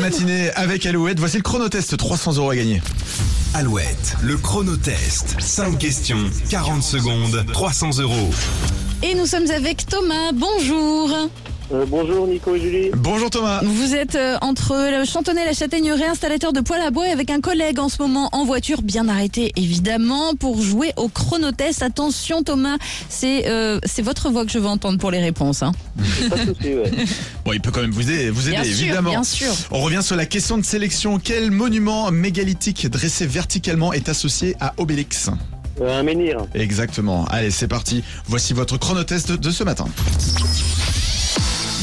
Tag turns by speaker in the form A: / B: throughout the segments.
A: matinée avec Alouette. Voici le chronotest 300 euros à gagner.
B: Alouette, le chronotest. 5 questions, 40 secondes, 300 euros.
C: Et nous sommes avec Thomas, bonjour
D: Euh, bonjour Nico et Julie.
A: Bonjour Thomas.
C: Vous êtes euh, entre le Chantonnay et la Châtaigneraie, installateur de poêle à bois, et avec un collègue en ce moment en voiture, bien arrêté évidemment, pour jouer au chronotest. Attention Thomas, c'est euh, c'est votre voix que je veux entendre pour les réponses. hein.
D: Pas de souci, ouais.
A: Bon, il peut quand même vous aider, vous aider
C: Bien sûr,
A: évidemment.
C: bien sûr.
A: On revient sur la question de sélection. Quel monument mégalithique dressé verticalement est associé à Obélix
D: Euh, un menhir.
A: Exactement. Allez, c'est parti. Voici votre chronotest de ce matin.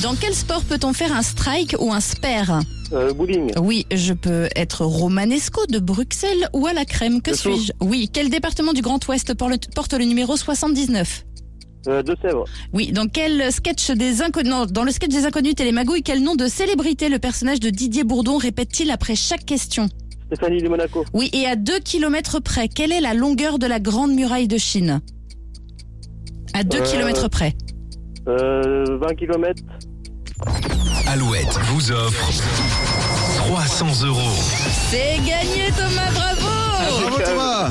C: Dans quel sport peut-on faire un strike ou un spare
D: Euh, bowling.
C: Oui, je peux être Romanesco de Bruxelles ou à la crème, que
D: Le Tour.
C: suis-je Oui, quel département du Grand Ouest por- porte le numéro 79
D: Euh, de Sèvres.
C: Oui, dans quel sketch des inconnus, non, dans le sketch des inconnus Télémagouille, quel nom de célébrité le personnage de Didier Bourdon répète-t-il après chaque question
D: Stéphanie de Monaco.
C: Oui, et à 2 kilomètres près, quelle est la longueur de la Grande Muraille de Chine À 2
D: Euh,
C: kilomètres près.
D: Euh, 20 km.
B: Alouette vous offre 300 euros.
C: C'est gagné Thomas, bravo
A: Bravo Thomas.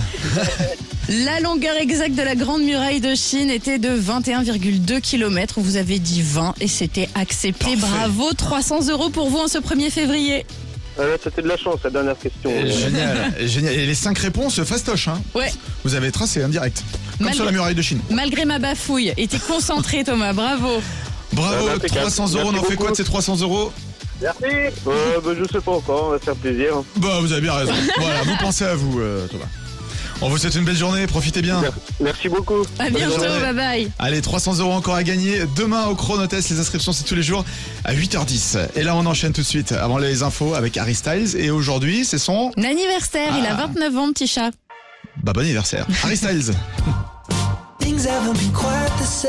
C: La longueur exacte de la Grande Muraille de Chine était de 21,2 km. Vous avez dit 20 et c'était accepté. Bravo, 300 euros pour vous en ce 1er février.
D: Euh, C'était de la chance la dernière question.
A: Euh,
D: Euh,
A: Génial, génial. Et les cinq réponses fastoches, hein.
C: Ouais.
A: Vous avez tracé indirect. Comme
C: Malgré-
A: sur la muraille de Chine.
C: Malgré ma bafouille, était concentré Thomas, bravo.
A: Bravo,
D: Ah bah, impeccable.
A: 300 euros. On en
D: Merci
A: fait quoi de
D: beaucoup.
A: ces 300 euros
D: Merci. Euh, bah, je sais pas encore, on va se faire plaisir.
A: Bah, vous avez bien raison. voilà, vous pensez à vous, euh, Thomas. On vous souhaite une belle journée, profitez bien.
D: Merci beaucoup.
C: À
A: Bonne
C: bientôt,
A: journée.
C: bye bye.
A: Allez, 300 euros encore à gagner. Demain au Chronotest, les inscriptions c'est tous les jours à 8h10. Et là, on enchaîne tout de suite avant les infos avec Harry Styles. Et aujourd'hui, c'est son
C: Un anniversaire, il a
A: Ah.
C: 29 ans, petit chat.
A: bah, bon anniversaire. Harry Styles.
E: Things haven't been quite the same.